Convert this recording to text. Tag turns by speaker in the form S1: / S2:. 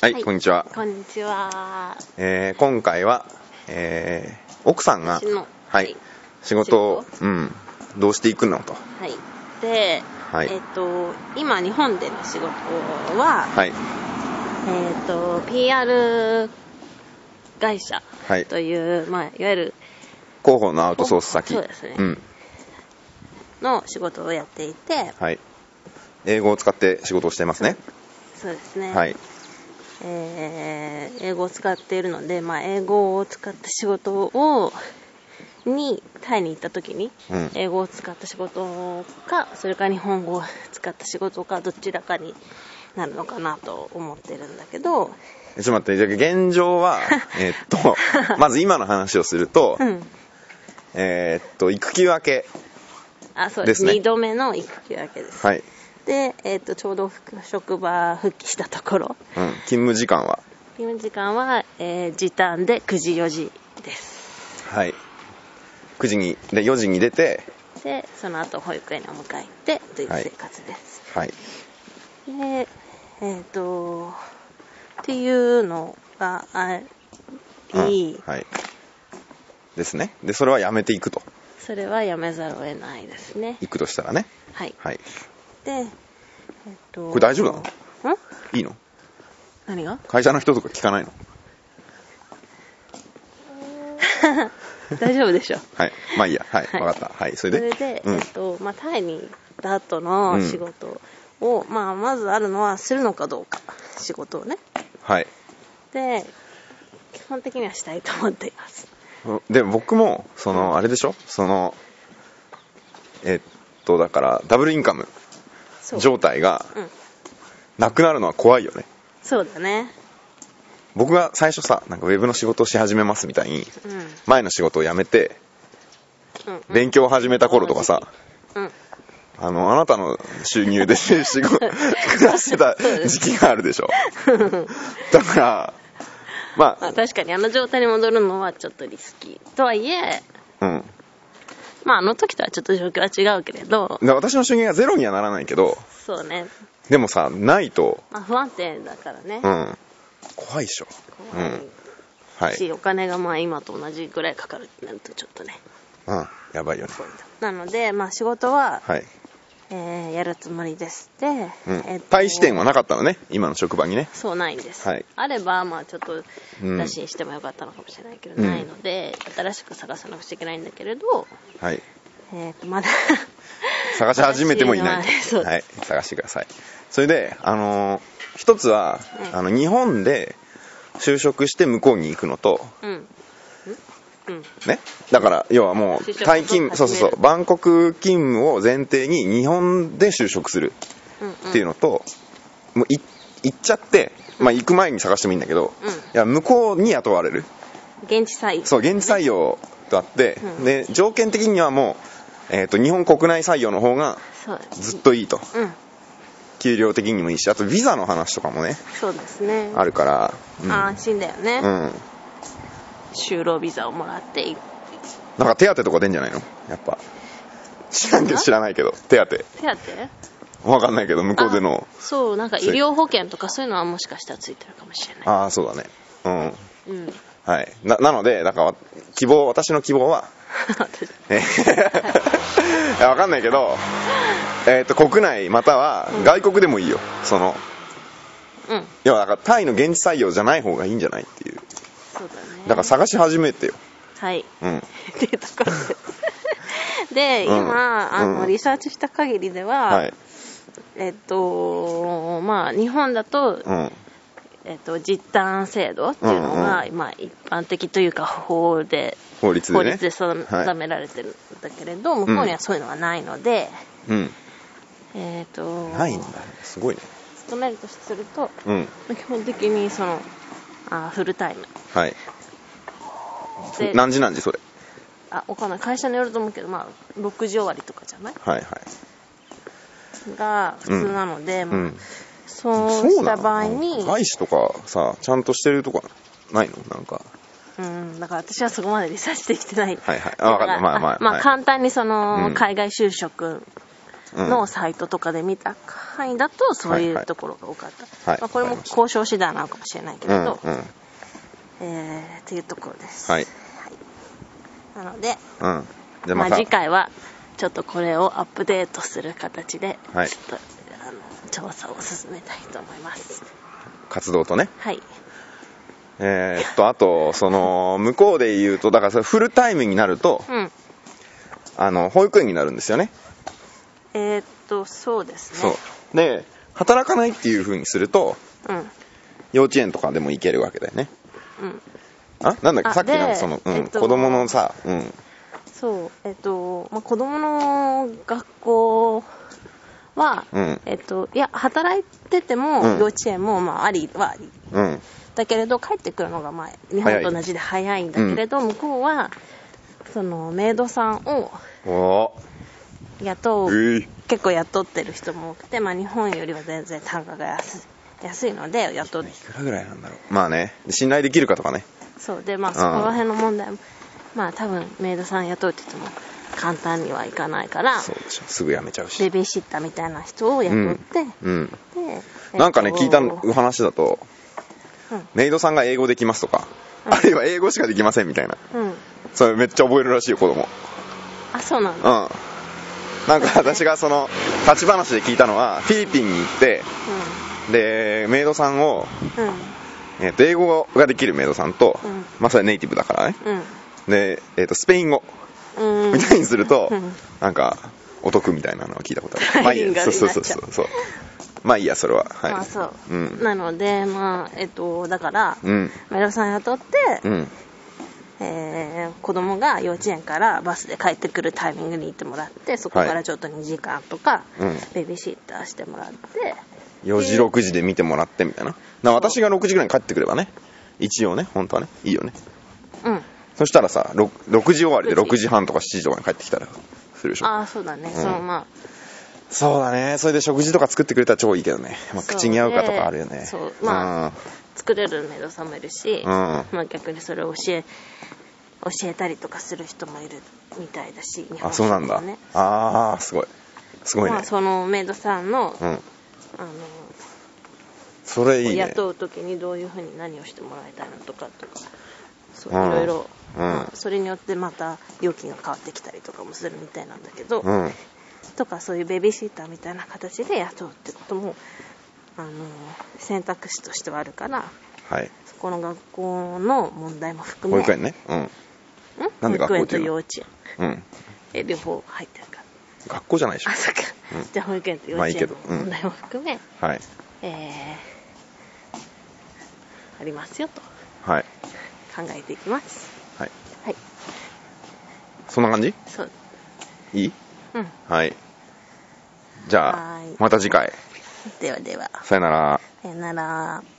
S1: はい、
S2: はい
S1: こんにちは、
S2: こんにちは。
S1: えー今回は、えー奥さんが
S2: 私の
S1: は
S2: はい
S1: い、仕事を
S2: 仕
S1: うん、どうしていくのと
S2: はい。で、
S1: はい
S2: えっ、と、今日本での仕事は、
S1: はい
S2: えっ、と、PR 会社
S1: はい
S2: という、まあ、いわゆる
S1: 広報のアウトソース先
S2: そうですね
S1: ん、
S2: の仕事をやっていて、
S1: はい英語を使って仕事をしてますね
S2: そうですね。
S1: はい
S2: えー英語を使っているので、まあ、英語を使った仕事を、に、タイに行った時に、
S1: うん
S2: 英語を使った仕事か、それか日本語を使った仕事か、どちらかになるのかなと思ってるんだけど、
S1: えちょっと待ってじゃあ現状 はえーっとまず今の話をすると、
S2: うん。
S1: えーっと育休明け
S2: あ、そうです。
S1: ですね
S2: 2度目の行くわけです。
S1: はい、
S2: で、えっ、と、ちょうど復職場復帰したところ、
S1: うん、勤務時間は
S2: 勤務時間は、えー時短で9時4時です。
S1: はい9時にで4時に出て
S2: で、その後保育園にお迎え行って、という生活です。
S1: はい
S2: でえっ、とっていうのがあり、
S1: うんはい、ですねでそれはやめていくと
S2: それはやめざるを得ないですね
S1: 行くとしたらね
S2: はい
S1: はい
S2: でえっ、と
S1: これ大丈夫な
S2: のん
S1: いいの
S2: 何が
S1: 会社の人とか聞かないの
S2: 大丈夫でしょ
S1: はいまあいいやはい、
S2: はい
S1: わかったはいそれでう
S2: え
S1: ん
S2: っ、とまあ、タイに行った後の仕事を、まあ、まずあるのはするのかどうか仕事をね
S1: はい
S2: で基本的にはしたいと思っています
S1: で僕もそのあれでしょそのえっとだからダブルインカム
S2: そう
S1: 状態が
S2: うん
S1: なくなるのは怖いよね
S2: そうだね
S1: 僕が最初さなんかウェブの仕事をし始めますみたいに
S2: うん
S1: 前の仕事を辞めて
S2: うんうん
S1: 勉強を始めた頃とかさ、
S2: うん
S1: あの、あなたの収入 で仕事、暮らしてた時期があるでしょ。 だから、ま
S2: まあ、確かにあの状態に戻るのはちょっとリスキーとはいえ、
S1: あ、うん。
S2: まあ、あの時とはちょっと状況は違うけれど
S1: で私の収入がゼロにはならないけど、
S2: そうね、
S1: でもさ、ないと、
S2: まあ、不安定だからね、
S1: うん、怖いでしょ。う
S2: 怖
S1: ん。はいい。
S2: し、お金がまあ今と同じぐらいかかるってなるとちょっとね
S1: うん、やばいよね。
S2: なので、まあ、仕事は、
S1: はい。
S2: えーやるつもりですで、
S1: うん
S2: えっと。
S1: 対視点はなかったのね、今の職場にね。
S2: そうないんです、
S1: はい
S2: あればまあちょっと
S1: うん
S2: 打診してもよかったのかもしれないけど、
S1: うん
S2: ないので新しく探さなくちゃいけないんだけれど、
S1: はい。
S2: えー、とまだ
S1: 探し始めてもいない
S2: 新しのはそう
S1: はい、探してくださいそれであのー一つは、
S2: うん
S1: あの日本で就職して向こうに行くのと
S2: うんんうん
S1: ねだから要はもう
S2: 就職
S1: タイ勤務
S2: を
S1: そうそうそうバンコク勤務を前提に日本で就職する
S2: うんうん
S1: っていうのと、もうい行っちゃって、まあ、行く前に探してもいいんだけど、
S2: うん
S1: いや向こうに雇われる
S2: 現地採用
S1: そう現地採用とあって、
S2: うん
S1: で条件的にはもう、えー、と日本国内採用の方が
S2: そう
S1: ずっといいと
S2: うん
S1: 給料的にもいいしあとビザの話とかもね
S2: そうですね
S1: あるからうん、
S2: 安心だよね、
S1: うん、
S2: 就労ビザをもらっていく
S1: なんか手当とか出んじゃないのやっぱ知らんけど知らないけど手当
S2: 手当
S1: わかんないけど向こうでの
S2: そうなんか医療保険とかそういうのはもしかしたらついてるかもしれない
S1: ああーそうだねうん
S2: うん
S1: はいななのでなんかわ希望私の希望は
S2: 私
S1: え ーいやわかんないけどえっ、と国内または外国でもいいよその
S2: うん
S1: 要はだからタイの現地採用じゃない方がいいんじゃないっていう
S2: そうだね
S1: だから探し始めてよ
S2: はい
S1: うん
S2: っていうところです。で、
S1: うん
S2: 今、あ
S1: う
S2: の、
S1: ん
S2: リサーチした限りでは、
S1: はい
S2: えっと、まあ、日本だと、
S1: うん
S2: えっと、実短制度っていうのが、
S1: うん
S2: まあ、一般的というか、法で、
S1: 法律で
S2: 法
S1: ね
S2: 律で定
S1: はい
S2: 定められてるんだけれど、向こうにはそういうのはないので、
S1: うん
S2: えっと、
S1: ないんだすごいね
S2: 勤めるとすると、
S1: うん
S2: 基本的に、その、あフルタイム
S1: はい
S2: で
S1: 何時何時それ
S2: あわかんない会社によると思うけど、まあ、6時終わりとかじゃない
S1: はいはい
S2: が普通なので、
S1: う
S2: まあ
S1: ん
S2: そうした場合に、
S1: 外資とかさちゃんとしてるとこないのなんか
S2: うん、だから私はそこまでリサーチできてない。
S1: はいはいあわかった
S2: だら
S1: まあまあ
S2: ま
S1: は
S2: あ
S1: い
S2: 簡単にその、
S1: うん
S2: 海外就職
S1: うん
S2: のサイトとかで見た範囲だとそうい
S1: はいは
S2: う
S1: い
S2: ところが多かった、
S1: はい
S2: まあ、これ
S1: わ
S2: も
S1: かりました
S2: 交渉次第なのかもしれないけ
S1: う
S2: れ
S1: んう
S2: ど
S1: ん、
S2: えーっていうところです、
S1: はい
S2: なので、
S1: うんじゃあ
S2: ま
S1: ま
S2: あ、
S1: た
S2: 次回はちょっとこれをアップデートする形で、
S1: はい
S2: ちょっとあの調査を進めたいと思います
S1: 活動とね
S2: はい
S1: えーっとあとその向こうで言うとだからそれフルタイムになると
S2: うん
S1: あの保育園になるんですよね
S2: えーっとそうですね
S1: そうで働かないっていう風にすると
S2: うん
S1: 幼稚園とかでも行けるわけだよね
S2: うん
S1: あなんだっけ
S2: あ
S1: さっきなんか
S2: で
S1: その、うん
S2: えっと
S1: 子供のさうん
S2: そうえっと、まあ、子供の学校は、
S1: うん
S2: えっといや働いてても、
S1: うん
S2: 幼稚園もまあありはあり
S1: うん
S2: だけれど帰ってくるのがまあ日本と同じで早いんだけれど、向こうはそのメイドさんを
S1: お
S2: 雇
S1: お
S2: う、
S1: うい
S2: 結構雇ってる人も多くて、まあ、日本よりは全然単価が安い安いので雇って
S1: くらぐらいなんだろうまあね信頼できるかとかね
S2: そうでまあ
S1: ん
S2: そこら辺の問題もまあ多分メイドさん雇うって言っても簡単にはいかないから
S1: そうでしょすぐ辞めちゃう
S2: ベ
S1: し
S2: ビーシッターみたいな人を雇って、
S1: うん
S2: で
S1: なんかね
S2: えっと
S1: 聞いたの話だと
S2: うん
S1: メイドさんが英語できますとか、
S2: うん
S1: あるいは英語しかできませんみたいな
S2: うん
S1: それめっちゃ覚えるらしいよ子供
S2: あそうなん
S1: う
S2: だ
S1: んなんか私がその立ち話で聞いたのはフィリピンに行ってでメイドさんを、
S2: うん
S1: えっと英語ができるメイドさんと、
S2: うん
S1: まあそれネイティブだからね
S2: うん
S1: で、えっとスペイン語
S2: うんうん
S1: みたいにすると、
S2: うん
S1: なんかお得みたいなのを聞いたこと あるまあいい
S2: リンガ
S1: や
S2: ル
S1: そう
S2: に
S1: そうそ
S2: なっ
S1: う
S2: ちゃ
S1: そううそうまあいいやそれははい
S2: まあそう、
S1: うん
S2: なのでまあえっとだから、
S1: うん
S2: メイドさん雇って、
S1: うん
S2: えー子供が幼稚園からバスで帰ってくるタイミングに行ってもらってそこからちょっと2時間とか、
S1: うん
S2: ベビーシッターしてもらって
S1: 4時6時で見てもらってみたいなな私が6時ぐらいに帰ってくればね一応ね本当はねいいよね
S2: うん
S1: そしたらさ 6, 6時終わりで
S2: 6
S1: 6
S2: 時
S1: 時半とか7時とかに帰ってきたらするでしょ
S2: ああそうだね、そのまあ
S1: そうだねそれで食事とか作ってくれたら超いいけどね、まあ、
S2: そう
S1: 口に合うかとかあるよね
S2: そうま作れるメイドさんもいるし、
S1: うんうん
S2: まあ、逆にそれを教え教えたりとかする人もいるみたいだし日本
S1: あそうなんだ、
S2: 人もね
S1: ああすごいすごいね、
S2: まあ、そのメイドさんの,、
S1: うん
S2: あの
S1: それいいね
S2: 雇う時にどういうふうに何をしてもらいたいのとかとかそう
S1: うん
S2: いろいろ、
S1: うん
S2: まあそれによってまた料金が変わってきたりとかもするみたいなんだけど、
S1: うん
S2: とかそういうベビーシッターみたいな形で雇うってこともあの選択肢としてはあるから
S1: はい
S2: そこの学校の問題も含
S1: 保
S2: め
S1: 育園ねうん
S2: ん
S1: なんで学校
S2: 保
S1: っ
S2: 育
S1: て
S2: 園
S1: いう
S2: と幼
S1: の
S2: 稚園
S1: うん
S2: え両方入ってるから
S1: 学校じゃないでし
S2: あそっか、
S1: うん
S2: じゃあ保育園と幼
S1: まあい
S2: 稚
S1: いけ
S2: 園
S1: ど
S2: の問題も含め、
S1: ょはい
S2: えーありますよと
S1: はい
S2: 考えていきます
S1: はい
S2: はい
S1: そんな感じ
S2: そう
S1: いい
S2: うん
S1: はいじゃ
S2: は
S1: あ
S2: ーい
S1: また次回
S2: ではでは
S1: さよなら
S2: さよなら